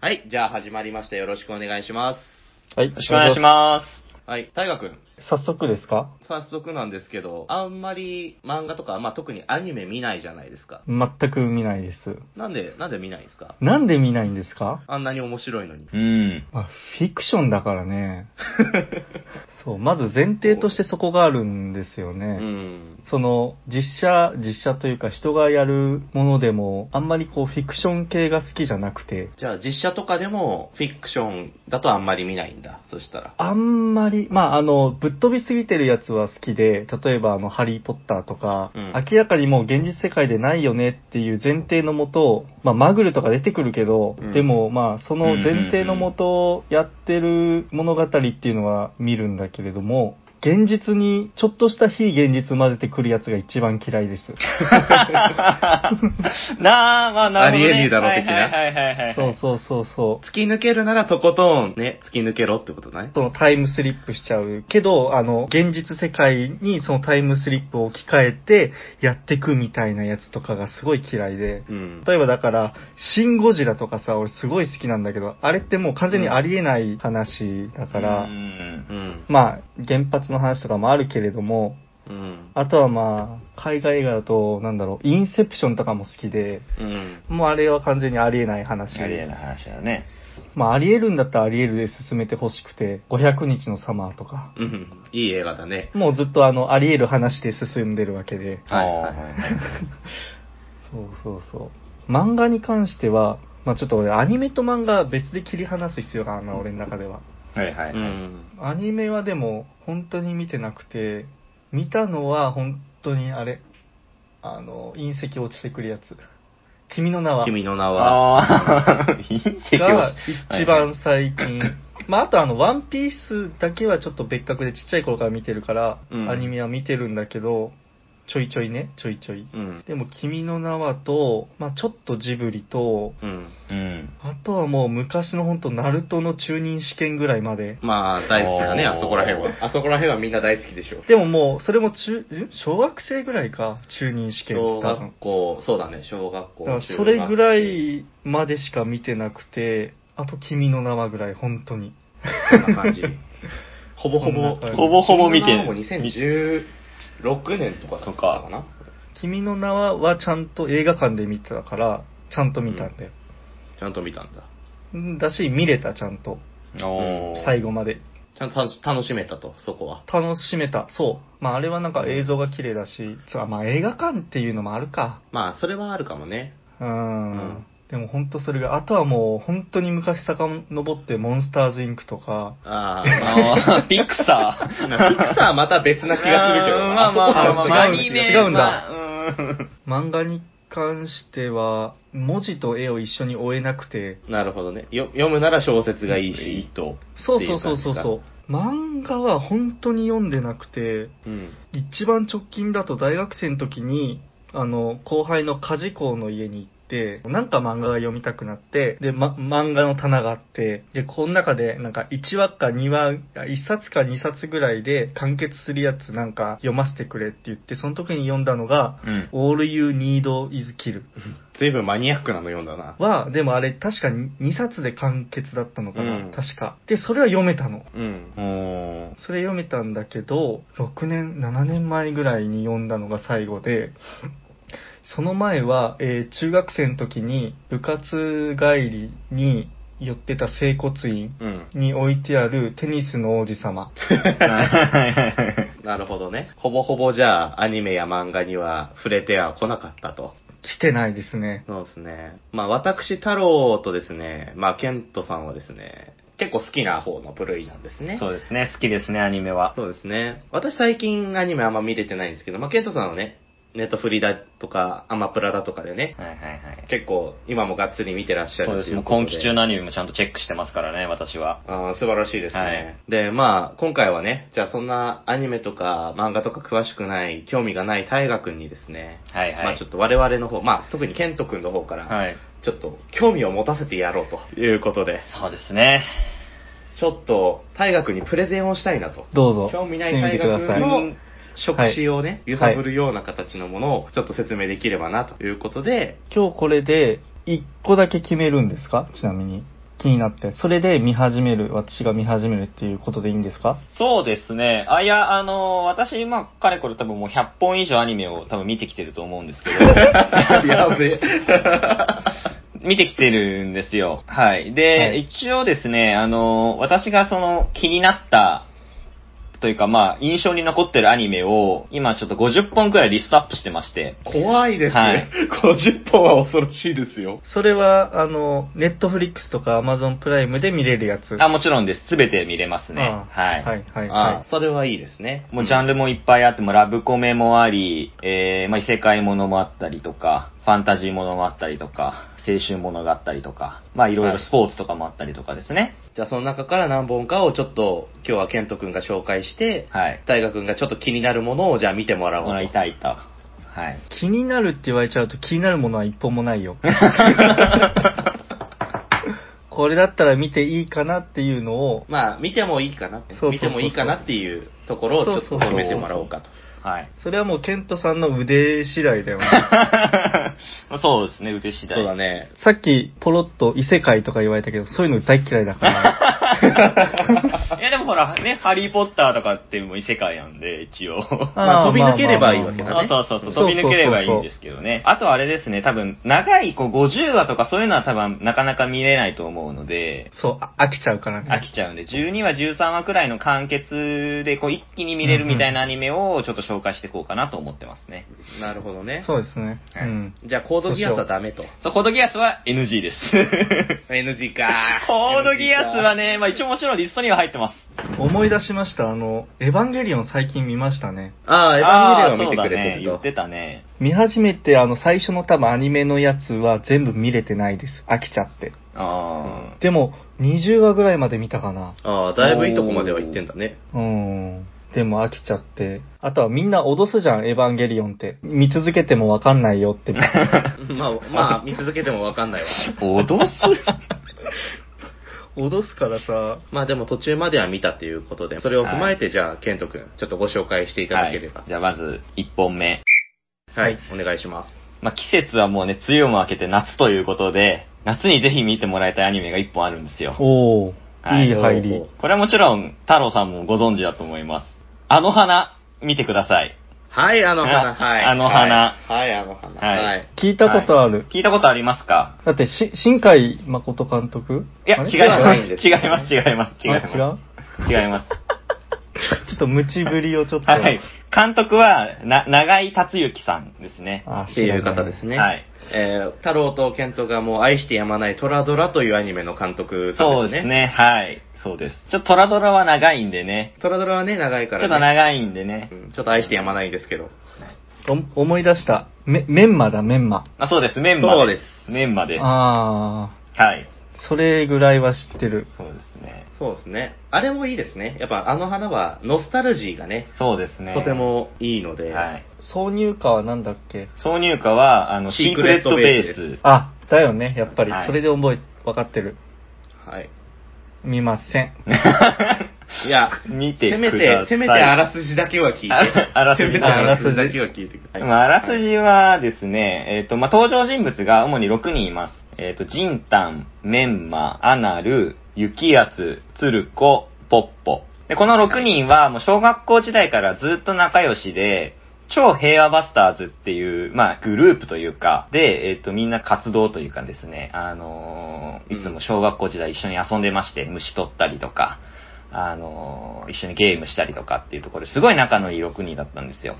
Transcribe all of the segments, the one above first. はい、じゃあ始まりました。よろしくお願いしまはい、よろしくお願いします。す。はい、大河君。す。早速ですか早速なんですけど、あんまり漫画とか、まあ特にアニメ見ないじゃないですか。全く見ないです。なんで、なんで見ないんですかなんで見ないんですか、あんなに面白いのに。うん。まあ、フィクションだから ね。そう、まず前提としてそこがあるんですよね。うん。その、実写、実写というか人がやるものでも、あんまりこう、フィクション系が好きじゃなくて、じゃあ実写とかでもフィクションだとあんまり見ないんだ。そしたら。あんまり、まあ、あの、ぶっ飛びすぎてるやつは好きで、例えばあの、ハリーポッターとか、うん明らかにもう現実世界でないよねっていう前提のもと、まあ、マグルとか出てくるけど、うんでも、まあ、その前提のもとやってる物語っていうのは見るんだけれども、現実に、ちょっとした非現実混ぜてくるやつが一番嫌 いです。なあ、まあ、なるほど、ありえね。ねえだろ的なはいはいはいはい。そうそうそうそう。突き抜けるならとことんね、突き抜けろってことだね。そのタイムスリップしちゃうけど、あの、現実世界にそのタイムスリップを置き換えてやってくみたいなやつとかがすごい嫌いで。うん。例えばだから、シン・ゴジラとかさ、俺すごい好きなんだけど、あれってもう完全にありえない話だから、ううんん。まあ、原発の話とかもあるけれども、うん。あとはまあ、海外映画だと、なんだろう、インセプションとかも好きで、うん。もうあれは完全にありえない話。ありえない話だね。まあ、ありえるんだったらありえるで進めてほしくて、500日のサマーとか。うん。いい映画だね。もうずっとあの、あり得る話で進んでるわけで。はいあーはい そうそうそう。漫画に関しては、まあちょっと俺、アニメと漫画は別で切り離す必要があるな、俺の中では。はいはい。うはいはいん。アニメはでも、本当に見てなくて、見たのは本当にあれ、あの、隕石落ちてくるやつ。君の名は。君の名は。ああ、 隕石がを。一番最近。まあ、あとあの、ワンピースだけはちょっと別格でちっちゃい頃から見てるから、うんアニメは見てるんだけど、ちょいちょいね、ちょいちょい。うん。でも、君の名はと、まあ、ちょっとジブリと、うん。うん。あとはもう昔のほんと、ナルトの中任試験ぐらいまで。まあ、大好きだね、おーあそこら辺は。あそこら辺はみんな大好きでしょ。でももう、それも中、ん小学生ぐらいか、中任試 験小多分学校、そうだね、小学校。だからそれぐら中いまでしか見てなくて、あと君の名はぐらい、本当に。学校、そんな 感じ。ほぼほぼ、そんな感じほぼほぼ見てほぼ2016年とかだったかな。君の名ははちゃんと映画館で見てたから、ちゃんと見たんだよ。ちゃんと見たんだ。うんだし、見れた、ちゃんと。おー最後まで。ちゃんと楽し楽しめたと、そこは。楽しめた。そう。まあ、あれはなんか映像が綺麗だし、つあまあ、映画館っていうのもあるか。まあ、それはあるかもね。うん。うんでも本当それが、あとはもう本当に昔遡ってモンスターズインクとか、ああ、 まああーピクサー。なピクサーはまた別な気がするけどうな。んまあまあまあまあ、あ違うんだアニメ違うんだまあうん漫画に関しては、文字と絵を一緒に追えなくて、なるほどね。よ読むなら小説がいいいいし。と。そうそうそうそうっていそう。漫画は本当に読んでなくて、うん。一番直近だと大学生の時に、あの、後輩の梶子の家に行って、なんか漫画が読みたくなって、で、ま、漫画の棚があって、で、この中で、なんか1話か2話、あ1冊か2冊ぐらいで完結するやつなんか読ませてくれって言って、その時に読んだのが、うん。 All You Need Is Kill ずいぶんマニアックなの読んだな。は、でもあれ確かに2冊で完結だったのかな、うん確か。で、それは読めたの。うん。おーそれ読めたんだけど、6年、7年前ぐらいに読んだのが最後で、その前は、えー中学生の時に部活帰りに寄ってた整骨院うん。に置いてあるテニスの王子様。なるほどね。ほぼほぼじゃあ、アニメや漫画には触れては来なかったと。来てないですね。そうですね。まあ私、太郎とですね、まあケントさんはですね、結構好きな方の部類なんですね。そううですね、好きですね、アニメは。そうですね。私最近アニメあんま見れてないんですけど、まあケントさんはね、ネットフリだとか、アマプラだとかでね、はいはいはい。結構今もがっつり見てらっしゃそるうでとす、いもううこと今で。期中のアニメもちゃんとチェックしてますからね、私は。あー素晴らしいですね、はいで、まあ、今回はね、じゃあそんなアニメとか漫画とか詳しくない、興味がない大河君にですね、はいはい。まあちょっと我々の方、まあ特にケント君の方から、はい。ちょっと興味を持たせてやろうということで、そうですね。ちょっと大河君にプレゼンをしたいなと。どうぞ。興味なしていみ大てくだ学さい。の触手をね、はい揺さぶるような形のものをちょっと説明できればなということで、今日これで1個だけ決めるんですかちなみに。決気になって、それで見始める、私が見始めるっていうことでいいんですかそうですね。あ、いや、あの私、まあ、かれこれ多分もう100本以上アニメを多分見てきてると思うんですけど、 やべえ。見てきてるんですよ。はい。で、はい一応ですね、あの私がその気になった、というかまあ、印象に残ってるアニメを、今ちょっと50本くらいリストアップしてまして、怖いですはねい。 50本は恐ろしいですよ。それは、あの、ネットフリックスとかアマゾンプライムで見れるやつ。あ、もちろんです。すべて見れますね。ああはい。はい、はい、あはあ、それはいいですね。もうジャンルもいっぱいあって、もうラブコメもあり、えー、まあ異世界ものもあったりとか、ファンタジーものもあったりとか、青春ものがあったりとか、まあいろいはろいスポーツとかもあったりとかですね。じゃあその中から何本かをちょっと今日はケント君が紹介して、はい。大河君がちょっと気になるものをじゃあ見てもらおうもと。らいたいと。はい。い。気になるって言われちゃうと気になるものは一本もない よ。 これだったら見ていいかなっていうのを、まあ見てもいいかなってそうそうそうそ見てうもいいかなっていうところをちょっと示してもらおうかと。はい。それはもうケントさんの腕次第だよね。 まあそうですね、腕次第。そうだね。さっきポロッと異世界とか言われたけど、そういうの大嫌いだから。 いやでもほら、ね、ハリーポッターとかってもう異世界なんで、一応。 まあー飛び抜ければいいわけそだねうそうそうそう、そう飛び抜ければいいんですけどね。あとあれですね、多分、長い、こう、50話とかそういうのは多分、なかなか見れないと思うので、そう、あ飽きちゃうからね。飽きちゃうんで、12話、13話くらいの完結で、こう、一気に見れるみたいなアニメを、ちょっと紹介していこうかなと思ってますね。なるほどね。そうですね。はいうん。じゃあコードギアスはダメと。そう、コードギアスは NG です。 NG か。コードギアスはね。ね、まあ一応もちろんリストには入ってます。思い出しました。あの、エヴァンゲリオン最近見ましたね。ああ、エヴァンゲリオンを見てくあーそうだれねてる言とっ。てたね。見始めて、あの、最初の多分アニメのやつは全部見れてないです。飽きちゃって。あーでも、20話ぐらいまで見たかな。ああ、だいぶいいとこまでは行ってんだね。うん。でも飽きちゃって。あとはみんな脅すじゃん、エヴァンゲリオンって。見続けてもわかんないよって。 まあ、まあ、見続けてもわかんないわ。脅す 脅すからさ、まあでも途中までは見たということで、それを踏まえて、じゃあ、ケント君、ちょっとご紹介していただければ。じゃあまず、1本目。はい、お願いします。まあ、季節はもうね、梅雨も明けて夏ということで、夏にぜひ見てもらいたいアニメが1本あるんですよ。おー、はいいい入り。これはもちろん、太郎さんもご存知だと思います。あの花、見てください。はい、あの花、あはい。あの花はい、はいあの花。はいはい。聞いたことある。聞いたことありますかだってし、新海誠監督いや、あ違れいではまないんす。です違います、違います、違いあます。違 います。ちょっと無知ぶりをちょっと。はい。監督は、な、長井達之さんですね。あっていう方です。ね。はい。えー、太郎とケントがもう愛してやまないトラドラというアニメの監督さそんでうですね。す。ね、はい。そうです。ちょっとトラドラは長いんでね。トラドラはね、長いちょかっら、ね。と長いんでね。うんちょっと愛してやまないんですけど。知らないお思い出した。メメンマだ、メンマ。あ、そうです、メンマです。そうメンマです。はあい。ー、それぐらいは知ってる。そうですね。そうですね。あれもいいですね。やっぱあの花は、ノスタルジーがね、そうですね。とて、もいいので。はい。挿入歌はなんだっけ挿入歌は、あの、シシーーククレレッットトベベーースス。あ、だよね、やっぱり。はいそれで覚え、わかってる。はい。見ません。いや、見てせくだめさい。て、せめてあらすじだけは聞いて。ああらすじせめてあらすじだけは聞いてください。まあ、あらすじはですね、えっ、と、まあ、登場人物が主に6人います。えっ、と、ジンタン、メンマ、アナル、ユキヤツ、ツルコ、ポッポ。で、この6人は、もう小学校時代からずっと仲良しで、超平和バスターズっていう、まあ、グループというか、で、えっ、と、みんな活動というかですね、あのーいつも小学校時代一緒に遊んでまして、虫取ったりとか、あのー一緒にゲームしたりとかっていうところですごい仲のいい6人だったんですよ。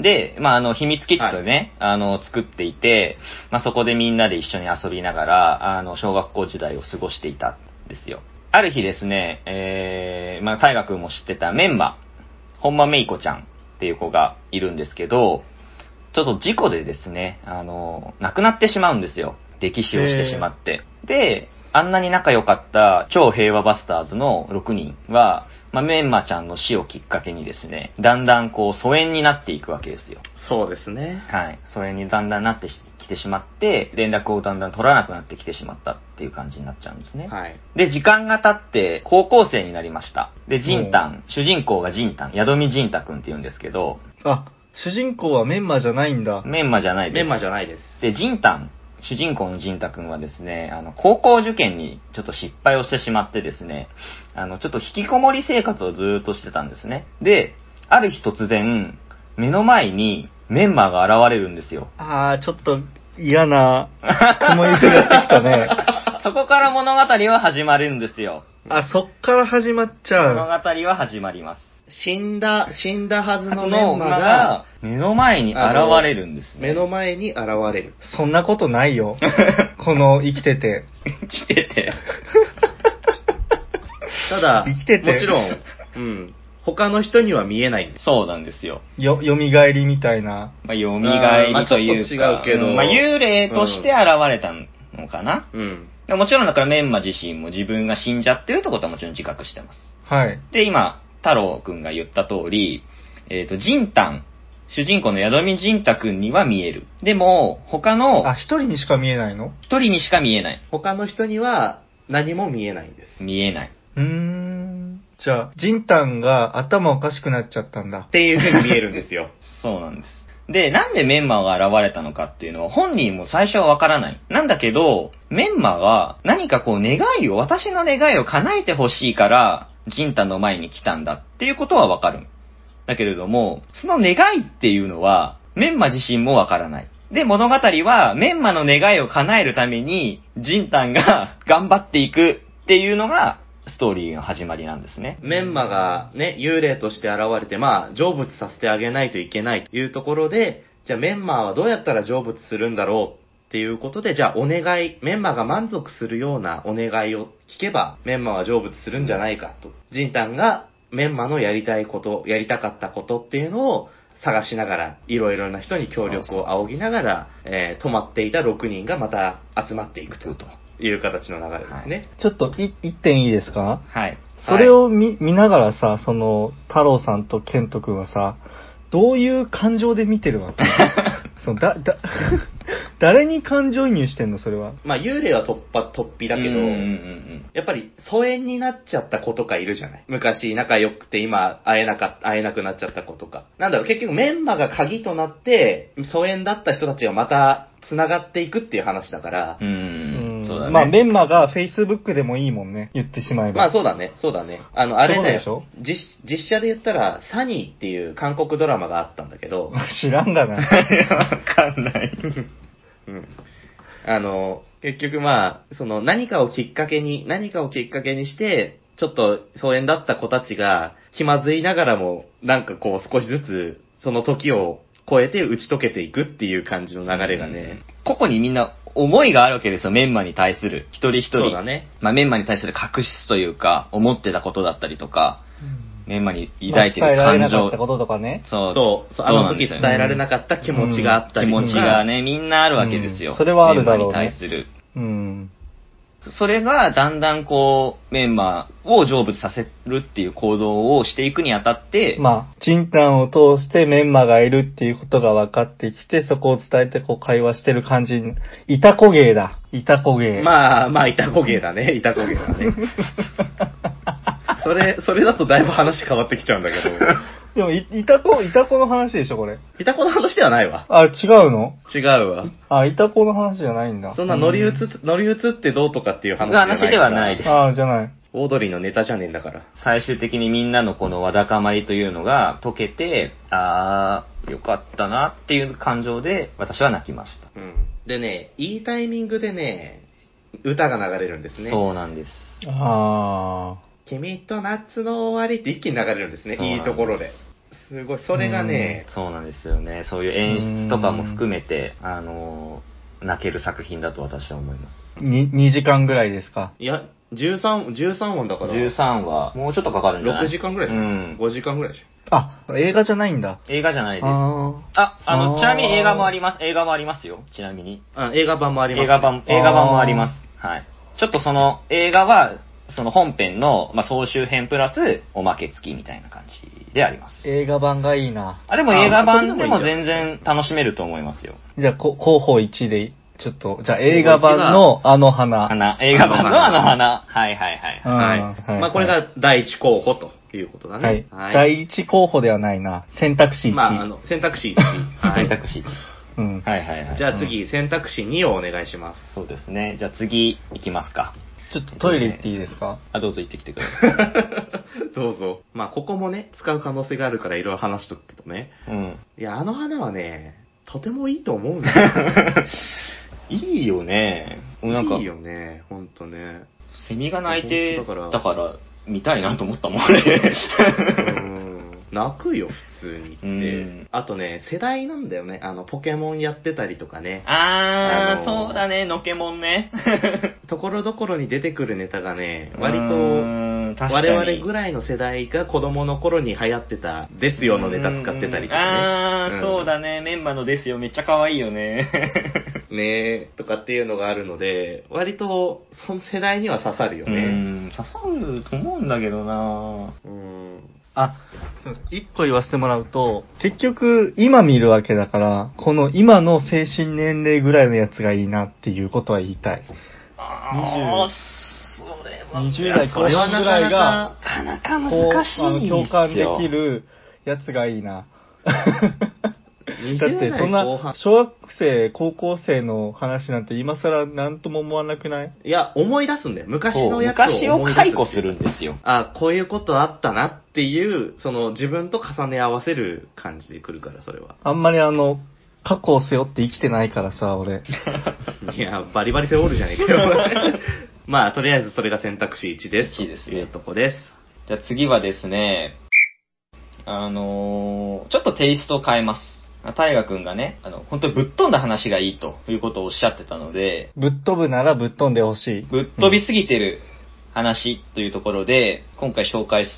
で、まあ、あの、秘密基地とね、あの、作っていて、まあ、そこでみんなで一緒に遊びながら、あの、小学校時代を過ごしていたんですよ。ある日ですね、えー、まあ、大学も知ってたメンマ、本間芽衣子ちゃんっていう子がいるんですけど、ちょっと事故でですね、あの、亡くなってしまうんですよ。溺死をしてしまって。で、あんなに仲良かった超平和バスターズの6人は、まあ、メンマちゃんの死をきっかけにですね、だんだんこう疎遠になっていくわけですよ。そうですね。はい。それにだんだんなってきてしまって、連絡をだんだん取らなくなってきてしまったっていう感じになっちゃうんですね。はい。で、時間が経って、高校生になりました。で、ジンタン、主人公がジンタン、ヤドミジンタ君って言うんですけど、あ、主人公はメンマじゃないんだ。メンマじゃないです。メンマじゃないです。で、ジンタン主人公のジンタ君はですね、あの、高校受験にちょっと失敗をしてしまってですね、あの、ちょっと引きこもり生活をずーっとしてたんですね。で、ある日突然、目の前にメンマーが現れるんですよ。あー、ちょっと嫌な雲行きがしてきた ね。そこから物語は始まるんですよ。あ、そっから始まっちゃ物語う。は始まります。死んだ、死んだはずのそメのンマ馬がが、目の前に現れるんです、ね。目の前に現れる。そんなことないよ。 この生きてて。来て て。ただ、生きててもちろん、うん。他の人には見えないんです。そうなんですよ。よ、蘇りみたいな。まあ、蘇りというか、あーまあちょっと違うけどんまあ、幽霊として現れたのかな。うん。でもちろんだからメンマ自身も自分が死んじゃってるってことはもちろん自覚してます。はい。で、今、太郎くんが言った通り、えっ、と、ジンタン、主人公の宿見ジンタくんには見える。でも、他のあ、一人にしか見えないの一人にしか見えない。他の人には何も見えないんです。見えない。うーん。じゃあ、ジンタンが頭おかしくなっちゃったんだっ。ていう風に見えるんですよ。そうなんです。で、なんでメンマーが現れたのかっていうのは本人も最初はわからない。なんだけど、メンマーが何かこう願いを、私の願いを叶えてほしいから、ジンタの前に来たんだっていうことはわかる。だけれども、その願いっていうのは、メンマ自身もわからない。で、物語は、メンマの願いを叶えるために、ジンタンが 頑張っていくっていうのが、ストーリーの始まりなんですね。メンマがね、幽霊として現れて、まあ、成仏させてあげないといけないというところで、じゃあメンマはどうやったら成仏するんだろうっていうことで、じゃあお願い、メンマが満足するようなお願いを聞けば、メンマは成仏するんじゃないかと。ジンタンがメンマのやりたいこと、やりたかったことっていうのを探しながら、いろいろな人に協力を仰ぎながら、えー止まっていた6人がまた集まっていくという形の流れですね。ちょっと、い、一点いいですかはい。それを見、見ながらさ、その、太郎さんとケント君はさ、どういう感情で見てる わけそのだ、だ、 誰に感情移入してんのそれは。まあ、幽霊は突破、突飛だけど、うんうんうんうんやっぱり疎遠になっちゃった子とかいるじゃない昔仲良くて今会えなかっ会えなくなっちゃった子とか。なんだろう、結局メンマが鍵となって、疎遠だった人たちがまた繋がっていくっていう話だからう、んう。んそうだね。まあ、メンマが Facebook でもいいもんね。言ってしまえば。まあそうだね、そうだね。あの、あれだそうよ。実、実写で言ったら、サニーっていう韓国ドラマがあったんだけど、知らんがな。いやわかんない。うんあの、結局まあ、その何かをきっかけに、何かをきっかけにして、ちょっと疎遠だった子たちが気まずいながらも、なんかこう少しずつその時を超えて打ち解けていくっていう感じの流れがね。個々にみんな思いがあるわけですよ、メンマに対する。一人一人。そうだね。まあ、メンマに対する確執というか、思ってたことだったりとか、メンマに抱いてまあ伝えるられ感なか情。ったこととかね。そうそう、そうあの時そう伝なえんですよねられなかった気持ちがあった気りとか、持ちがね、みんなあるわけですよ。うんそれはあるだろうねメンマに対する。うん。それがだんだんこう、メンマを成仏させるっていう行動をしていくにあたって、まあ、チンタンを通してメンマがいるっていうことが分かってきて、そこを伝えてこう会話してる感じに。いたこ芸だ。いたこ芸。まあ、まあ、いたこげだね、いたこげだ ね。それ、それだとだいぶ話変わってきちゃうんだけど、でもい、いたこ、いたこの話でしょ、これ。いたこの話ではないわ。あ、違うの違うわ。あ、いたこの話じゃないんだ。そんな乗り移っ、乗り移ってどうとかっていう話じゃないから話ではないですあじゃない。オードリーのネタじゃねえんだから。最終的にみんなのこのわだかまりというのが解けて、あー、よかったなっていう感情で私は泣きました。うん。でね、いいタイミングでね、歌が流れるんですね。そうなんです。あ君と夏の終わりって一気に流れるんですね。そうないんでいすところで。すごい。それがね、そうなんですよね。そういう演出とかも含めて、あのー、泣ける作品だと私は思います。ー。に、2時間ぐらいですか。いや、13、13音だから、 13は、もうちょっとかかるんじゃない6時間ぐらいでうしょ、ん。 5時間ぐらいでしあ、映画じゃないんだ。映画じゃないです。あ、あああの、ーちなみに映画もあります。映画もありますよ。ちなみに。ょ。あ映画版もあります、映画版、あー映画版もあります。はい。ちょっとその映画は、その本編の、まあ、総集編プラス、おまけ付きみたいな感じでありますー。。映画版がいいな。あ、でもあー映画版でそもれでもいい全じゃん然楽しめると思いますよ。じゃあ、こ候補1で、ちょっと、じゃあ映画版のあの花。花、映画版のあの花。はいはいはい。うんはい。はいまあこれが第一候補ということだはいね。。第1候補ではないな。選択肢1。 まあ、あの、選択肢1。はい選択肢。うん。はいはいはい。じゃあ次、選択肢2をお願いします。そうですね。じゃあ次、行きますか。ちょっとトイレ行っていいですかあ、どうぞ行ってきてくだ さい。 どうぞ。まあ、ここもね、使う可能性があるからいろいろ話しとくけどね。うん。いや、あの花はね、とてもいいと思うんだよ。いいよね。 なんか、いいよね、ほんとね。セミが鳴いて本当だからだから、見たいなと思ったもん、あれ。うん泣くよ、普通にっうてん。あとね、世代なんだよね。あの、ポケモンやってたりとかね。あ ー、あのーそうだね、のけもんね。ところどころに出てくるネタがね、割割と、と、我我々ぐらいの世代が子供の頃に流行ってた、ですよのネタ使ってたりとかね。あうんー、そうだね、メンバーのですよ、めっちゃ可愛いよね。ねえ、とかっていうのがあるので、割と、その世代には刺さるよ うね。ん、刺さると思うんだけどなうん。あ、すみません。一個言わせてもらうと、結局、今見るわけだから、この今の精神年齢ぐらいのやつがいいなっていうことは言いたい。あー、それは。 20代それはなかながか、なかなこうか難しいんですよ。あの共感できるやつがいいな。だっ20て、そ代ん後な半、。小学生、高校生の話なんて今更何とも思わなくないいや、思い出すんだよ。昔そうのやつを昔を思い出解雇するんですよ。あ、こういうことあったなっていう、その自分と重ね合わせる感じで来るから、それは。あんまりあの、過去を背負って生きてないからさ、俺。いや、バリバリ背負るじゃねえか よ。まあ、とりあえずそれが選択肢1です。 1ですねというとこです。じゃあ次はですね、あのーちょっとテイストを変えます。あ大河君がね、あの、本当にぶっ飛んだ話がいいということをおっしゃってたので、ぶっ飛ぶならぶっ飛んでほしい。ぶっ飛びすぎてる話というところで、今回紹介し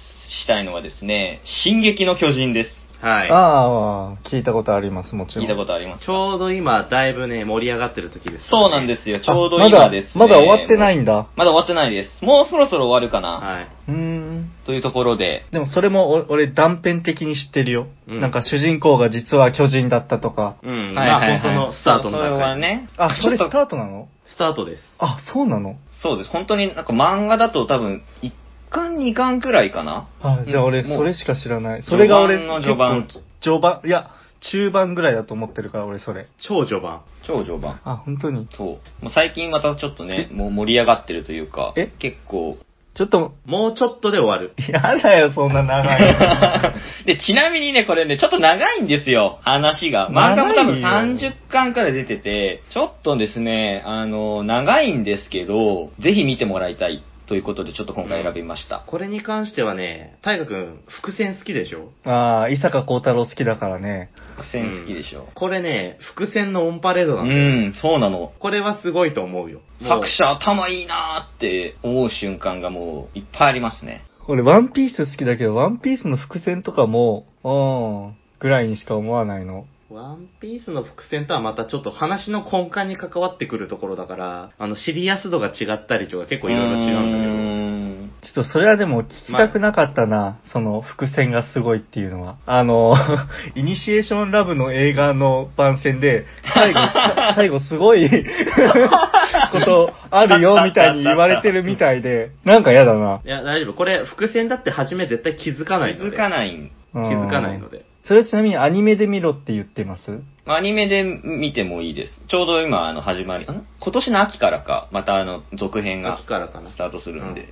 したいのはですね、進撃の巨人です。はああ、聞いたことあります、もちろん。聞いたことありますい。ちょうど今、だいぶね、盛り上がってる時です、そうなんす。ですよ。ちょうどあ今ですね。まだ、まだ終わってないんだ。まだ終わってないです。もうそろそろ終わるかな、はい。うーん。というところで、でもそれもお俺断片的に知ってるよ。うんなんか主人公が実は巨人だったとか。うん。はいはいはいまあ、本当のスタートのそ段れは階。ね、あ、それちょスっとタートなのスタートです。あ、そうなのそうです。本当になんか漫画だと多分、1巻、2巻くらいかなあ、じゃあ俺もうそれしか知らない。それが俺序盤の序盤結構序盤、いや、中盤ぐらいだと思ってるから俺それ。超序盤。超序盤。あ、本当に。そう。もう最近またちょっとね、もう盛り上がってるというかえ、結構。 ちょっと、もうちょっとで終わる。やだよ、そんな長い。で、ちなみにね、これね、ちょっと長いんですよ、話が。漫画も多分長いよ30巻から出てて、ちょっとですね、あの、長いんですけど、ぜひ見てもらいたいということで、ちょっと今回選びました。これに関してはね、大河君、伏線好きでしょ ああ、伊坂幸太郎好きだからね。伏線好きでしょ。これね、伏線のオンパレードうなんだよん、そうなの。これはすごいと思うよ。もう作者頭いいなーって思う瞬間がもういっぱいありますね。俺ワンピース好きだけど、ワンピースの伏線とかも、うん、ぐらいにしか思わないの。ワンピースの伏線とはまたちょっと話の根幹に関わってくるところだから、あの、シリアス度が違ったりとか結構いろいろ違うんだんちょっとそれはでも聞きたくなかったな、その伏線がすごいっていうのは。あの、 イニシエーションラブの映画の番宣で、最後、 最後すごい ことあるよみたいに言われてるみたいで、なんか嫌だなけ。ど。いや、大丈夫。これ、伏線だって初め絶対気づかない気ので。づかない。うん気づかないの。で。それはちなみにアニメで見ろって言ってますアニメで見てもいいです。ちょうど今、あの、始まり、ん今年の秋からか、またあの、続編が秋からかなス。タートするんうで。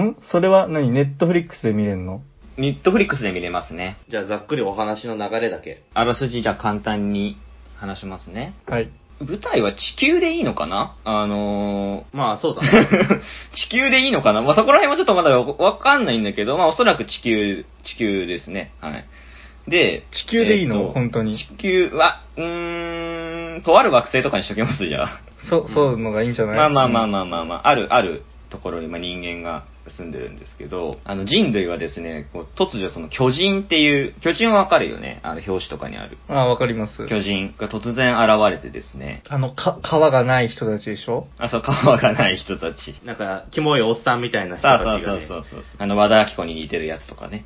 んそれは何ネットフリックスで見れるのネットフリックスで見れますね。じゃあ、ざっくりお話の流れだけ。あらすじじゃあ簡単に話しますね。はい。舞台は地球でいいのかなあのまあ、そうだね。ー、 地球でいいのかなまあ、そこら辺はちょっとまだわわかんないんだけど、まあ、おそらく地球、地球ですね。はい。で、地球でいいの、えーと本当に。地球は、うーん、とある惑星とかにしときます、じ ゃあ。そう、そういうのがいいんじゃないまあまあまあうんまあまあまあ、ある、あるところにまあ人間が住んでるんですけど、あの人類はですね、こう突如その巨人っていう、巨人はわかるよね、あの表紙とかにある。ああ、わかります。巨人が突然現れてですね、あの、か、皮がない人たちでしょあ、そう、川がない人たち。なんか、キモいおっさんみたいな人さたあちそうが、ね。そうそうそう。あの、和田明子に似てるやつとかね、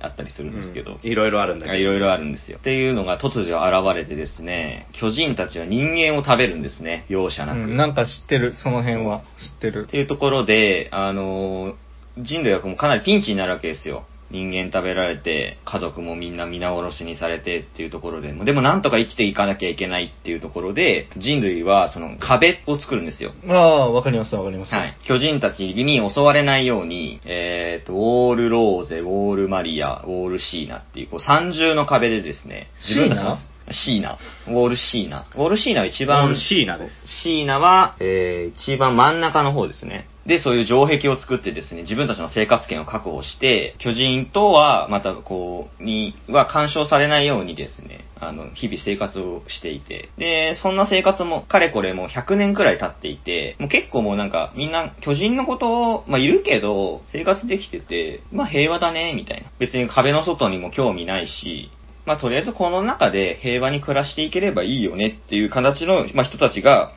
あったりするんですけうど。んいろいろあるんだあけいど。ろいろあるんですよ。っていうのが突如現れてですね、巨人たちは人間を食べるんですね、容赦なく。うん、なんか知ってる、その辺は。知ってるっ。ていうところで、あのー人類はもうかなりピンチになるわけですよ。人間食べられて、家族もみんな皆殺しにされてっていうところで、でもなんとか生きていかなきゃいけないっていうところで、人類はその壁を作るんですよ。ああ、わかりますわかります。はい。巨人たちに襲われないように、えっ、と、ウォールローゼ、ウォールマリア、ウォールシーナっていう、こう三重の壁でですね、シーナのシーナ、ウォールシーナ。ウォールシーナは一バ番ン、シーナです。シーナは、えー、一番真ん中の方ですね。で、そういう城壁を作ってですね、自分たちの生活圏を確保して、巨人とは、また、こう、に、は干渉されないようにですね、あの、日々生活をしていて。で、そんな生活も、かれこれもう100年くらい経っていて、もう結構もうなんか、みんな、巨人のことを、まあ、いるけど、生活できてて、まあ、平和だね、みたいな。別に壁の外にも興味ないし、まあ、とりあえずこの中で平和に暮らしていければいいよねっていう形の、まあ、人たちが、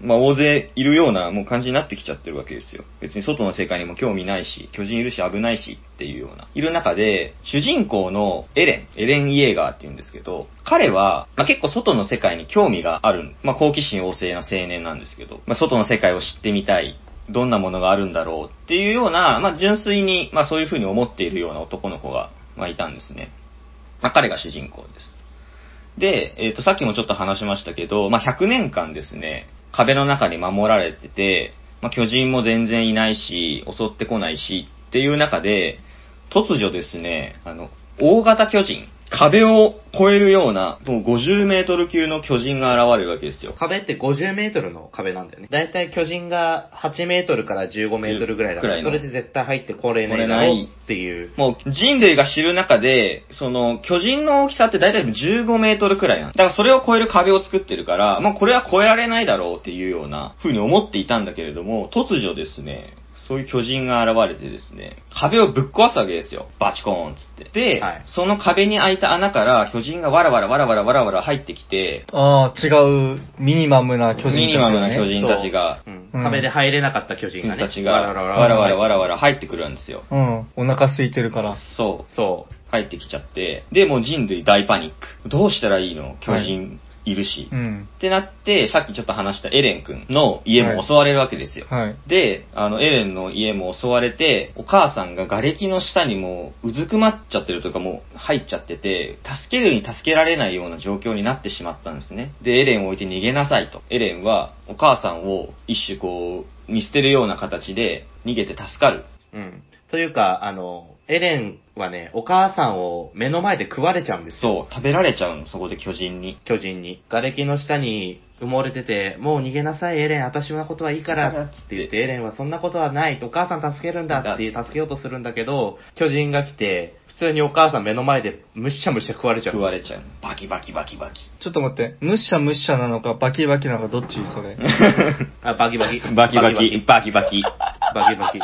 まあ、大勢いるようなもう感じになってきちゃってるわけですよ。別に外の世界にも興味ないし、巨人いるし危ないしっていうような。いる中で、主人公のエレン、エレン・イエーガーって言うんですけど、彼は、まあ、結構外の世界に興味がある、まあ、好奇心旺盛な青年なんですけど、まあ、外の世界を知ってみたい。どんなものがあるんだろうっていうような、まあ、純粋に、まあ、そういうふうに思っているような男の子が、まあ、いたんですね。まあ、彼が主人公です。で、えっ、と、さっきもちょっと話しましたけど、まあ、100年間ですね、壁の中に守られてて、まあ、巨人も全然いないし、襲ってこないし、っていう中で、突如ですね、あの、大型巨人、壁を越えるような、もう50メートル級の巨人が現れるわけですよ。壁って50メートルの壁なんだよね。だいたい巨人が8メートルから15メートルぐらいだかぐらいら、のそれで絶対入ってこれないだろうっていう。もう人類が知る中で、その巨人の大きさって大体15メートルくらいなんだからそれを超える壁を作ってるから、まあこれは超えられないだろうっていうような風に思っていたんだけれども、突如ですね、そういう巨人が現れてですね、壁をぶっ壊すわけですよ。バチコーンっつって。で、はいその壁に開いた穴から巨人がわらわらわらわらわらわら入ってきて、ああ、違う、ミニマムな巨人たち、ね。ミニマムな巨人たちがそううんうん壁で入れなかった巨人君がね。たちがわらわらわらわらわら入ってくるんですよ。うん。お腹空いてるから。そう。そう。入ってきちゃって、で、もう人類大パニック。どうしたらいいの巨人いるし。うっん。てなって、さっきちょっと話したエレン君の家も襲われるわけですよ。はい。で、あの、エレンの家も襲われて、お母さんが瓦礫の下にもう、うずくまっちゃってるというかもう入っちゃってて、助けるに助けられないような状況になってしまったんですね。で、エレンを置いて逃げなさいと。エレンは、お母さんを一種こう、見捨てるような形で、逃げて助かる。うん。というか、あの、エレンはね、お母さんを目の前で食われちゃうんですよ。そう、食べられちゃうの、そこで巨人に。巨人に。瓦礫の下に埋もれてて、もう逃げなさい、エレン、私のことはいいかいいから ら、っっつってて言って、エレンはそんなことはない、お母さん助けるんだって助けようとするんだけど、巨人が来て、普通にお母さん目の前でむっしゃむっしゃ食われちゃう。食われちゃう。バキバキバキバキ。ちょっと待って、むっしゃむっしゃなのか、バキバキなのか、どっちそれ。あ、バキバキ。 バキバキ、バキバキ。っバキバ キ。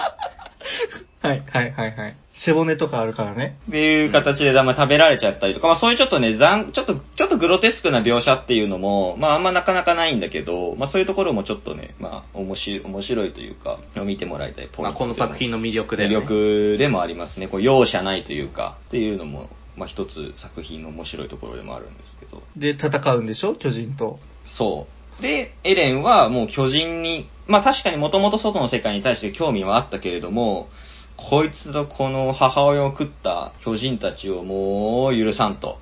はい、はい、はい、はい。背骨とかあるからね。ていう形で、まあ、食べられちゃったりとか、まあ、そういうちょっとね、残、ちょっと、ちょっとグロテスクな描写っていうのも、まあ、あんまなかなかないんだけど、まあ、そういうところもちょっとね、まあ、面白い、面白いというか、見てもらいたいポイント。まあ、この作品の魅力で、魅ね。力でもありますね。こう、容赦ないというか、っていうのも、まあ、一つ作品の面白いところでもあるんですけど。で、戦うんでしょ巨人と。そう。で、エレンはもう巨人に、まあ確かにもともと外の世界に対して興味はあったけれども、こいつとこの母親を食った巨人たちをもう許さんと。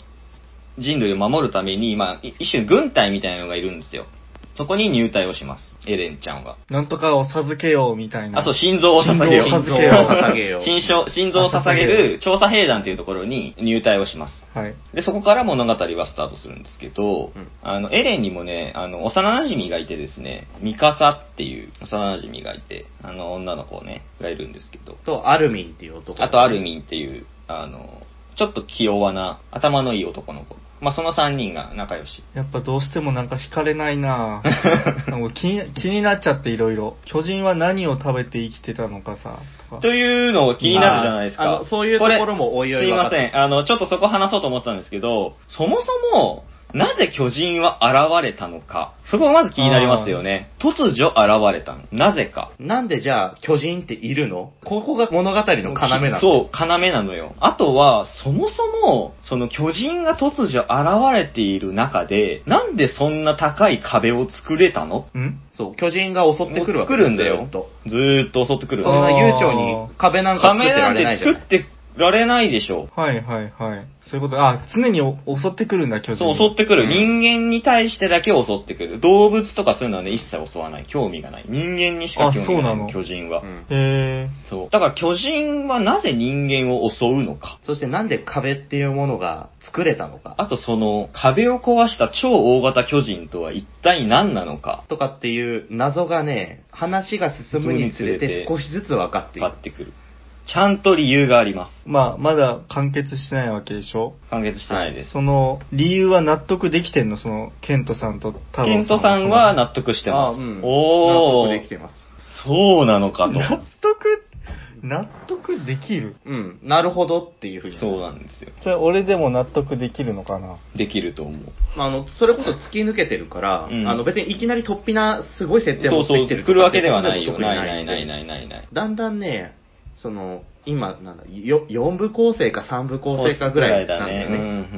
人類を守るために、まあい一種軍隊みたいなのがいるんですよ。そこに入隊をします。エレンちゃんは。なんとかを授けよう、みたいな。あ、そう、心臓を捧げよう。心心臓を捧げよう。 心臓心臓を 捧げる調査兵団というところに入隊をします。はい。で、そこから物語はスタートするんですけど、うんあの、エレンにもね、あの、幼馴染がいてですね、ミカサっていう幼馴染がいて、あの、女の子ね、がいるんですけど、と、アルミンっていう男、あとアルミンっていう、あの、ちょっと気弱な、頭のいい男の子。まあ、その3人が仲良し。やっぱどうしてもなんか惹かれないな ぁ。なんか気に気になっちゃっていろいろ。巨人は何を食べて生きてたのかさ。とかというのを気になるじゃないですまああかの。そういうところもおいおいすい分かまってせん。あの、ちょっとそこ話そうと思ったんですけど、そもそも、なぜ巨人は現れたのか。そこがまず気になりますよね。突如現れたの。なぜか。なんでじゃあ巨人っているのここが物語の要なの。そう、要なのよ。あとは、そもそも、その巨人が突如現れている中で、なんでそんな高い壁を作れたのんそう、巨人が襲ってくるわけ来るんだずよっと。ずーっと襲ってくるそんの。な悠長に壁なんか壁作ってならんれないじてゃ作なっい。てられないでしょはいはいはい。そういうこと。あ、常にお襲ってくるんだ、巨う。人そは。う、襲ってくる。うん人間に対してだけ襲ってくる。動物とかそういうのはね、一切襲わない。興味がない。人間にしか興味があそうななのい。巨人はう。んへそう。だから巨人はなぜ人間を襲うのか。そしてなんで壁っていうものが作れたのかあとその、壁を壊した超大型巨人とは一体何なのか。とかっていう謎がね、話が進むにつれて少しずつ分かってい分かくっ。てくる。ちゃんと理由があります。ー。まあ、まだ完結してないわけでしょ完結してないです。その、理由は納得できてんのその、ケントさんと太郎ケントさんは納得してます。あうんお納ー得できてます。そうなのかと。納得、納得できるうん、なるほどっていうふうに。そうなんですよ。じゃあ、俺でも納得できるのかなできると思う。まあ、あの、それこそ突き抜けてるから、うんあの、別にいきなり突飛なすごい設定をそ持ってうそう、きてる来るわけではないよ。特にないないないい。ないないない。だんだんね、その、今、なんだ、よ4部構成か3部構成かぐらいなんだようんうんね。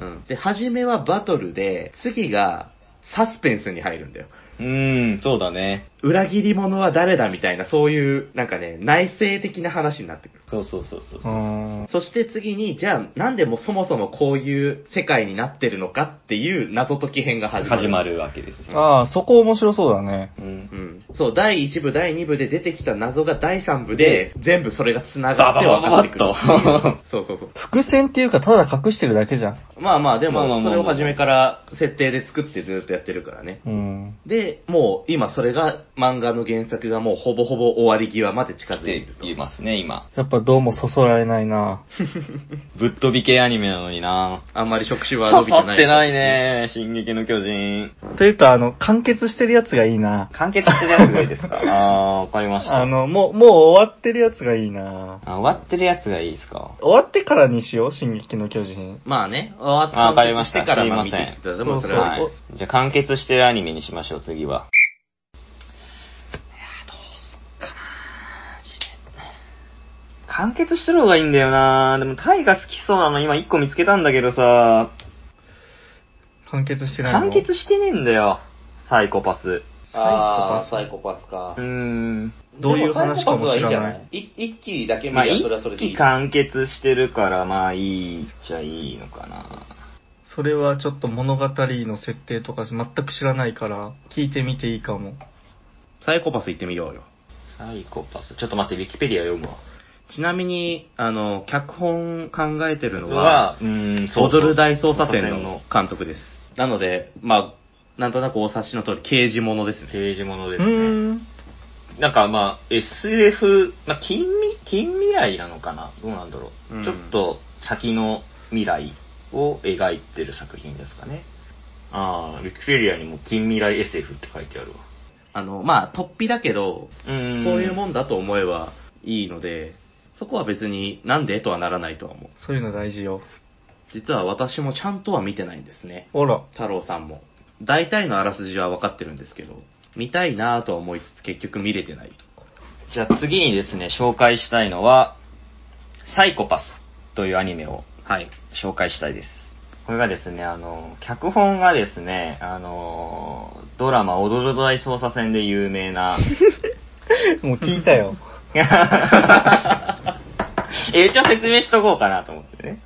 うん。で、初めはバトルで、次がサスペンスに入るんだよ。うん。うん、そうだね。裏切り者は誰だみたいな、そういう、なんかね、内政的な話になってくる。そうそうそうそううそう。ーん。そして次に、じゃあ、なんでもそもそもこういう世界になってるのかっていう謎解き編が始まる。始まるわけですよ。ああ、そこ面白そうだね。うんう。ん。そう、第1部、第2部で出てきた謎が第3部で、全部それが繋がって分かってくるバババババッ。 そうそうそう。伏線っていうか、ただ隠してるだけじゃん。まあまあ、でまあまあも、まあまあそれを初めから設定で作ってずっとやってるからね。うん。で、もう今それが漫画の原作がもうほぼほぼ終わり際まで近づいているでと。言いますね、今。やっぱどうもそそられないなぶっ飛び系アニメなのになあんまり触手は伸刺びてなさい。ってないね進撃の巨人。というか、あの、完結してるやつがいいな完結してないぐらいです かあー、わかりました。ああの、もう、もう終わってるやつがいいな終わってるやつがいいですか終わってからにしよう、進撃の巨人。まあね、ああわかり完ま結ししたてからまあすい見まてせんきてたでもそれそうははい。じゃあ完結してるアニメにしましょう、次は。いやーどうすっかなーマジで完結してる方がいいんだよなーでもタイが好きそうなの今一個見つけたんだけどさ完結してないの完結してねえんだよ。サイコパス。あーササイイコパスかうー。ん。どういう話かもでサイコパスは知らないいいんじゃない。い一期だけ見まあ、りゃ一それはそれでい気い。完結してるから、まあいいっちゃいいのかなそれはちょっと物語の設定とか全く知らないから、聞いてみていいかも。サイコパス行ってみようよ。サイコパス。ちょっと待って、ウィキペディア読むわ。ちなみに、あの、脚本考えてるのは、は、うーん、そうそう踊る大捜査線の監督です。なので、まあ、なんとなくお察しの通り、刑事ものですね。刑事ものうですね。ーん。なんかまあ、SF、まあ、近未、近未来なのかなどうなんだろう、うんちょっと先の未来を描いてる作品ですかね。ああ、ウィキペディアにも近未来 SF って書いてあるわ。あの、まあ、突飛だけど、うそー。うんいうもんだと思えばいいので、そこは別になんでとはならないとは思う。そういうの大事よ。実は私もちゃんとは見てないんですね。あら。太郎さんも。大体のあらすじは分かってるんですけど、見たいなぁとは思いつつ結局見れてない。じゃあ次にですね、紹介したいのは、サイコパスというアニメをはい。紹介したいです。これがですね、あの、脚本がですね、あの、ドラマ、踊る大捜査線で有名 な、もう聞いたよ。 え、一応説明しとこうかなと思ってね。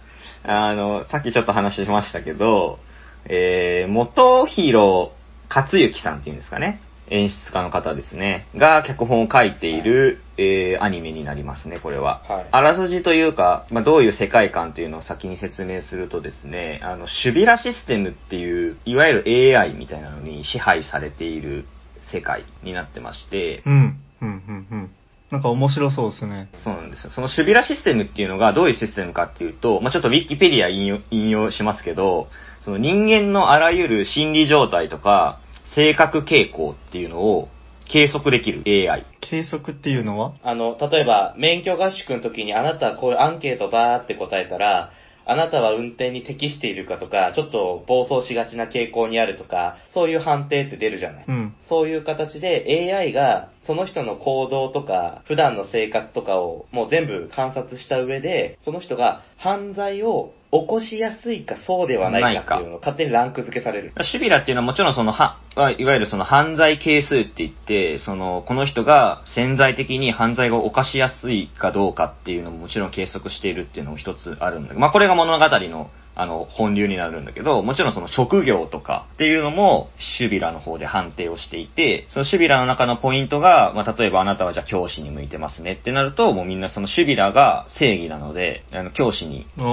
あの、さっきちょっと話しましたけど、えー、元広克之さんっていうんですかね。演出家の方ですね。が、脚本を書いている、えー、アニメになりますね、これは。はいあらすじというか、まあ、どういう世界観というのを先に説明するとですね、あの、シュビラシステムっていう、いわゆる AI みたいなのに支配されている世界になってまして、うん。うん、うん、うん。なんか面白そうですね。そうなんですよ。そのシュビラシステムっていうのがどういうシステムかっていうと、まあ、ちょっとウィキペディア引用引用しますけど、その人間のあらゆる心理状態とか、性格傾向っていうのを計測できる AI。計測っていうのはあの、例えば、免許合宿の時にあなたはこういうアンケートバーって答えたら、あなたは運転に適しているかとか、ちょっと暴走しがちな傾向にあるとか、そういう判定って出るじゃない。うん。そういう形で AI がその人の行動とか普段の生活とかをもう全部観察した上で、その人が犯罪を起こしやすいかそうではないかっていうのを勝手にランク付けされる。シュビラっていうのはもちろんそのは、はいわゆるその犯罪係数って言って、その、この人が潜在的に犯罪が犯しやすいかどうかっていうのももちろん計測しているっていうのも一つあるんだけど、まあこれが物語の、あの、本流になるんだけど、もちろんその職業とかっていうのも、シュビラの方で判定をしていて、そのシュビラの中のポイントが、まあ例えばあなたはじゃあ教師に向いてますねってなると、もうみんなそのシュビラが正義なので、あの、教師にな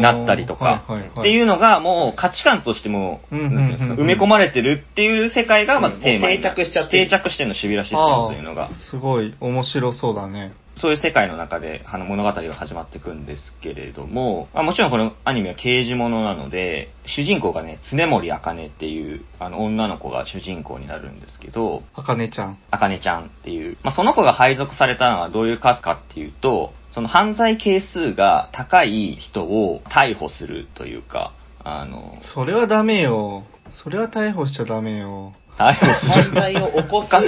なったりとか、はいはいはい、っていうのがもう価値観としても、うんうんうんなんていうんですか、埋め込まれてるっていう世界がまずテーマになうん定着しちゃってる定着してるの、シビラシステムというのがあー、すごい面白そうだね。そういう世界の中であの物語が始まっていくんですけれども、まあ、もちろんこのアニメは刑事ものなので、主人公がね、常森茜っていうあの女の子が主人公になるんですけど、あかねちゃん。あかねちゃんっていう、まあ、その子が配属されたのはどういうかかっていうと、その犯罪係数が高い人を逮捕するというか、あの、それはダメよ。それは逮捕しちゃダメよ。逮捕する犯罪を起こすかつ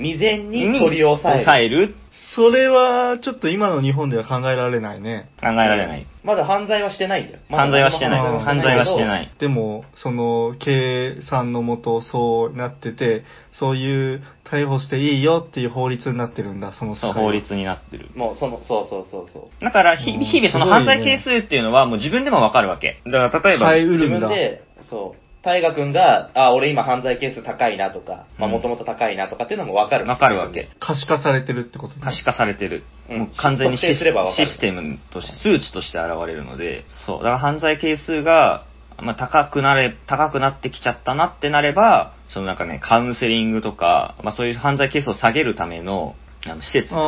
未然に取り押さえる。えるそれは、ちょっと今の日本では考えられないね。考えられない。まだ犯罪はしてないんだよ。まだ。犯罪はしてないま。だ犯罪はしてないい。でも、その、計算のもとそうなってて、そういう逮捕していいよっていう法律になってるんだ、その世そう、界法律になってる。もうその、そうそうそうそう。だから、ひうん日々そのすごい犯ね罪係数っていうのはもう自分でもわかるわけ。だから、例えば、変えう自るん分だ。で、そう。大河君が、あ、俺今犯罪係数高いなとか、まあうんもともと高いなとかっていうのもわかる。わかるわけ。。可視化されてるってことね可視化されてる。うんもう完全にシ測定すればわかるシステムとして、数値として現れるので、そう。だから犯罪係数が、まあ、高くなれ、高くなってきちゃったなってなれば、そのなんかね、カウンセリングとか、まあそういう犯罪係数を下げるための、あの、施設とか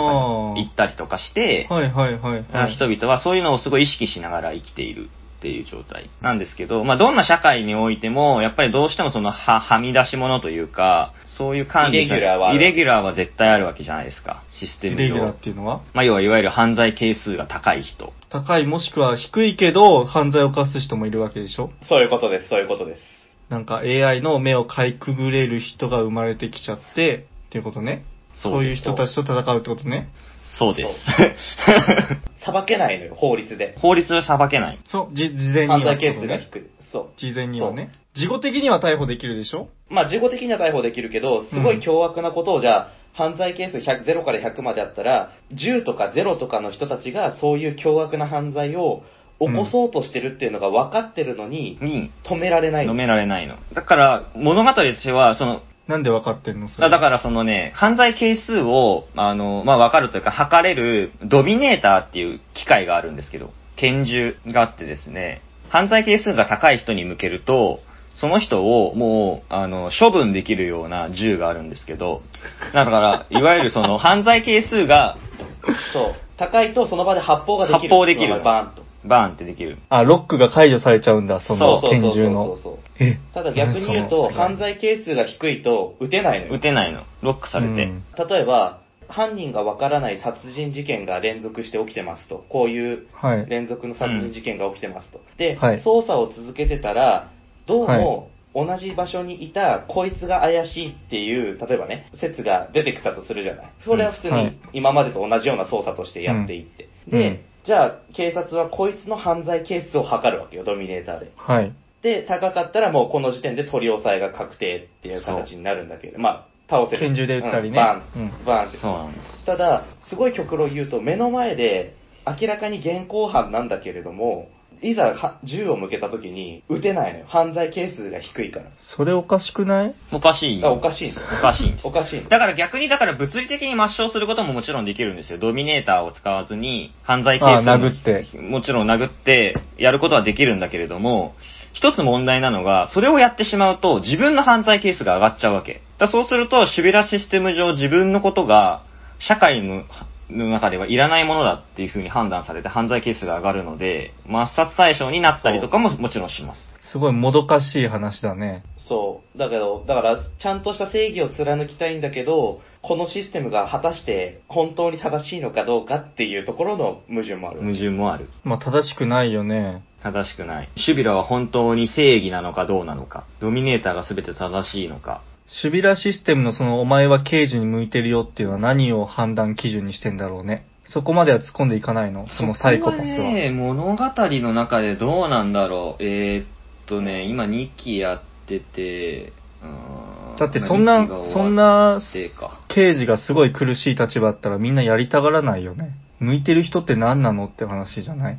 に行ったりとかして、はいはいはい、はい。人々はそういうのをすごい意識しながら生きているっていう状態なんですけど、まあ、どんな社会においても、やっぱりどうしてもそのは、はみ出し物というか、そういう管理イレギュラーはあるイレギュラーは絶対あるわけじゃないですか。システイムレギュラー上っ。ていうのはまあ、要はいわゆる犯罪係数が高い人。高いもしくは低いけど犯罪を犯す人もいるわけでしょそういうことです、そういうことです。なんか AI の目をかいくぐれる人が生まれてきちゃってっていうことね。そういうです人たちと戦うってことね。そうです。裁けないのよ、法律で。 法律は裁けない。そう、じ事前には犯ってこと罪係数ね、が低い。そう。事前にはね。事後的には逮捕できるでしょまあ、事後的には逮捕できるけど、すごい凶悪なことを、じゃあ、犯罪係数100 0から100まであったら、10とか0とかの人たちが、そういう凶悪な犯罪を起こそうとしてるっていうのが分かってるのに、に、止められない。飲められないの。だから、物語としては、その、なんで分かってんのそれ。だだからそのね、犯罪係数を、あの、まあ、わかるというか、測れる、ドミネーターっていう機械があるんですけど、拳銃があってですね、犯罪係数が高い人に向けると、その人をもう、あの、処分できるような銃があるんですけど、だから、いわゆるその、犯罪係数が、そう。高いと、その場で発砲ができる。発砲できまるあバーンと。バーンってできる。あ、ロックが解除されちゃうんだ、そのそうそうそ拳う銃そのう。そう。えただ逆に言うそと、の犯罪係数が低いと、撃てないの撃よ。てないの。ロックされて。うん例えば、犯人が分からない殺人事件が連続して起きてますと。こういうはい。連続の殺人事件が起きてますと。で、はい捜査を続けてたら、どうも同じ場所にいたこいつが怪しいっていう、例えばね、説が出てきたとするじゃない。それは普通はにい今までと同じような捜査としてやっていって。うんで、うんじゃあ警察はこいつの犯罪係数を測るわけよ、ドミネーターで。はい。で、高かったらもうこの時点で取り押さえが確定っていう形になるんだけど、まあ、倒せる。拳銃で撃ったりうんねバーうン、バーンって。そうなんです。ただ、すごい極論言うと、目の前で明らかに現行犯なんだけれども、いざは銃を向けた時に撃てないのよ。犯罪係数が低いから。それおかしくないおかしい。あおかしいのおかしいんですお。かしいの。だから逆に、だから物理的に抹消することももちろんできるんですよ。ドミネーターを使わずに、犯罪係数もあー殴ってもちろん殴って、やることはできるんだけれども、一つ問題なのが、それをやってしまうと、自分の犯罪係数が上がっちゃうわけ。だからそうすると、シュビラシステム上自分のことが、社会の、の中ではいらないものだっていうふうに判断されて犯罪係数が上がるので、抹殺対象になったりとかももちろんします。すごいもどかしい話だね。そう。だけど、だから、ちゃんとした正義を貫きたいんだけど、このシステムが果たして本当に正しいのかどうかっていうところの矛盾もある。矛盾もある。まあ、正しくないよね。正しくない。シュビラは本当に正義なのかどうなのか。ドミネーターが全て正しいのか。シュビラシステムのそのお前は刑事に向いてるよっていうのは何を判断基準にしてんだろうね。そこまでは突っ込んでいかないのそのサイコパスは。そこがね、物語の中でどうなんだろう。えー、っとね、今2期やってて、うーだってそんな二期が、終わっそんなてか、刑事がすごい苦しい立場だったらみんなやりたがらないよね。向いてる人って何なのって話じゃない。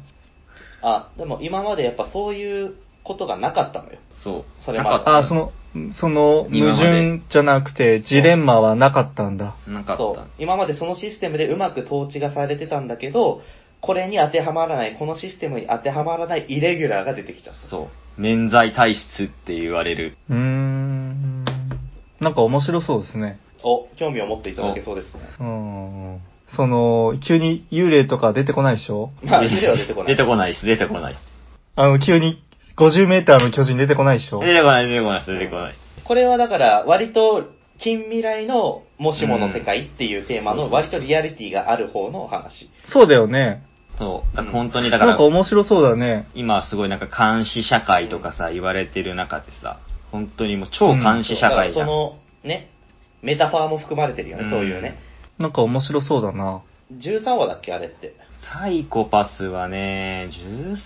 あ、でも今までやっぱそういうことがなかったのよ。そう。それなまでかった。あ、その、その矛今まで盾じゃなくてジレンマはなかったんだ。なかっそう。今までそのシステムでうまく統治がされてたんだけど、これに当てはまらない、このシステムに当てはまらないイレギュラーが出てきちゃう。た。そう。免罪体質って言われる。うーん。なんか面白そうですね。お、興味を持っていただけそうですね。うん。その、急に幽霊とか出てこないでしょまあ、ビデオは出てこない。出てこないです、出てこないです。あの、急に50メーターの巨人出てこないでしょ出てこない、出てこないです、出てこないです。これはだから、割と近未来のもしもの世界っていうテーマうのん割とリアリティがある方のお話。そうだよね。そう。だから本当に、だかなんらか、面白そうだね。今すごいなんか監視社会とかさ、言われてる中でさ、本当にもう超監視社会じゃだからそん。の、ね、メタファーも含まれてるよね、うんそういうね。なんか面白そうだな。 13話だっけ、あれって。サイコパスはね、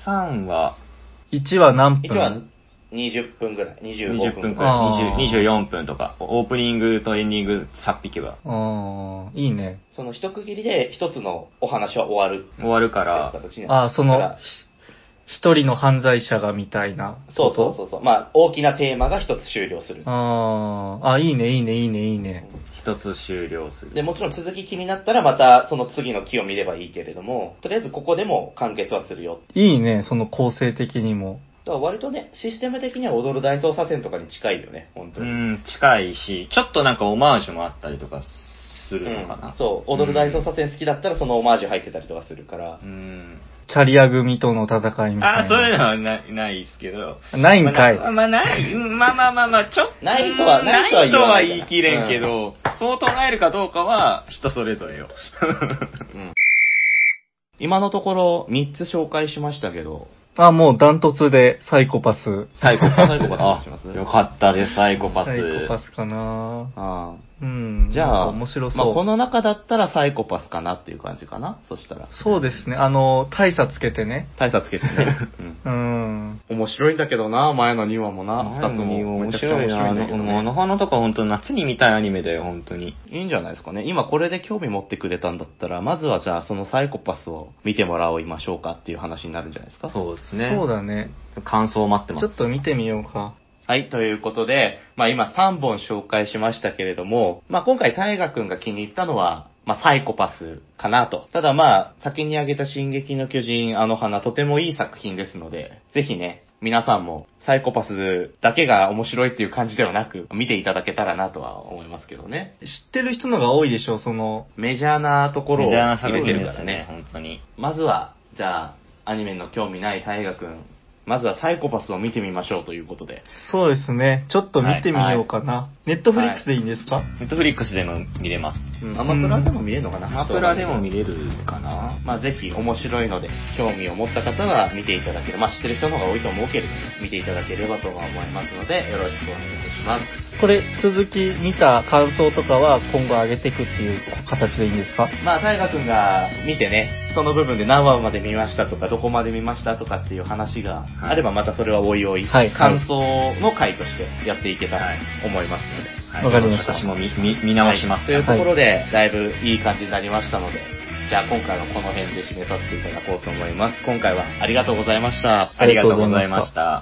13話、 1は何1分話20分ぐらい、25 20分分ぐくらい。あらーい、20 24分とか、オープニングとエンディングさっ引けばああ、いいね。その一区切りで一つのお話は終わる。終わるから、っていう形になるああ、そだのから、ひ一人の犯罪者がみたいなそこうと。そうそうそう。まあ、大きなテーマが一つ終了する。ああ、あ、いいね、いいね、いいね、いいね。一つ終了すで、る。もちろん続き気になったらまたその次の木を見ればいいけれども、とりあえずここでも完結はするよ。いいね、その構成的にも。だから割とね、システム的には踊る大捜査線とかに近いよね、本当うに。ん、近いし、ちょっとなんかオマージュもあったりとかするのかう。なんそう、踊る大捜査線好きだったらそのオマージュ入ってたりとかするからう。ん。キャリア組との戦いみたいな。あーそういうのはなないですけど。ないんかいまあ、まあない、うんまあまあまあまあ、ちょっと。ないとはうんなないいとは言とわなはい言い切れんけど、そう唱えるかどうかは人それぞれよ。今のところ3つ紹介しましたけど、あ、もうダントツでサイコパス。サイコパスサイコパスお願いしますあよかったです、サイコパス。サイコパスかなあうん。じゃなんあ、か面白そう。まあ、この中だったらサイコパスかなっていう感じかな。そしたら。そうですね、あの、大差つけてね。大差つけてね。うんうん。面白いんだけどな、前の2話もな、2つも。め面ちゃくちゃ白面いな。白いんだけどあのね。花とか本当夏に見たいアニメだよ、本当に。いいんじゃないですかね。今これで興味持ってくれたんだったら、まずはじゃあそのサイコパスを見てもらおいましょうかっていう話になるんじゃないですか。そうですね。そうだね。感想待ってまちす。ょっと見てみようか。はい、ということで、まあ今3本紹介しましたけれども、まあ今回大河君が気に入ったのは、まあサイコパスかなと。ただまあ、先に挙げた進撃の巨人、あの花、とてもいい作品ですので、ぜひね、皆さんもサイコパスだけが面白いっていう感じではなく、見ていただけたらなとは思いますけどね。知ってる人のが多いでしょ、その、メジャーなところをメジャーな作入れて品るでからすね、本当に。まずは、じゃあ、アニメの興味ない大河君、まずはサイコパスを見てみましょうということで。そうですね。ちょっと見てみようかな。ネットフリックスでいいんですか、ネットフリックスでも見れます。うん、アマプラでも見れるのかな、アマプラでも見れるかな。まあぜひ面白いので、興味を持った方は見ていただければ、まあ知ってる人の方が多いと思うけれども、見ていただければとは思いますので、よろしくお願いします。これ、続き見た感想とかは今後上げていくっていう形でいいんですかまあ大河君が見てね、その部分で何話まで見ましたとか、どこまで見ましたとかっていう話がはいあれば、またそれはおいおい、はい感想の回としてやっていけたらと思いますので。はいわかりました私も見見見直します。というところで、だいぶいい感じになりましたので、じゃあ今回はこの辺で締めさせていただこうと思います。今回はありがとうございました。ありがとうございました。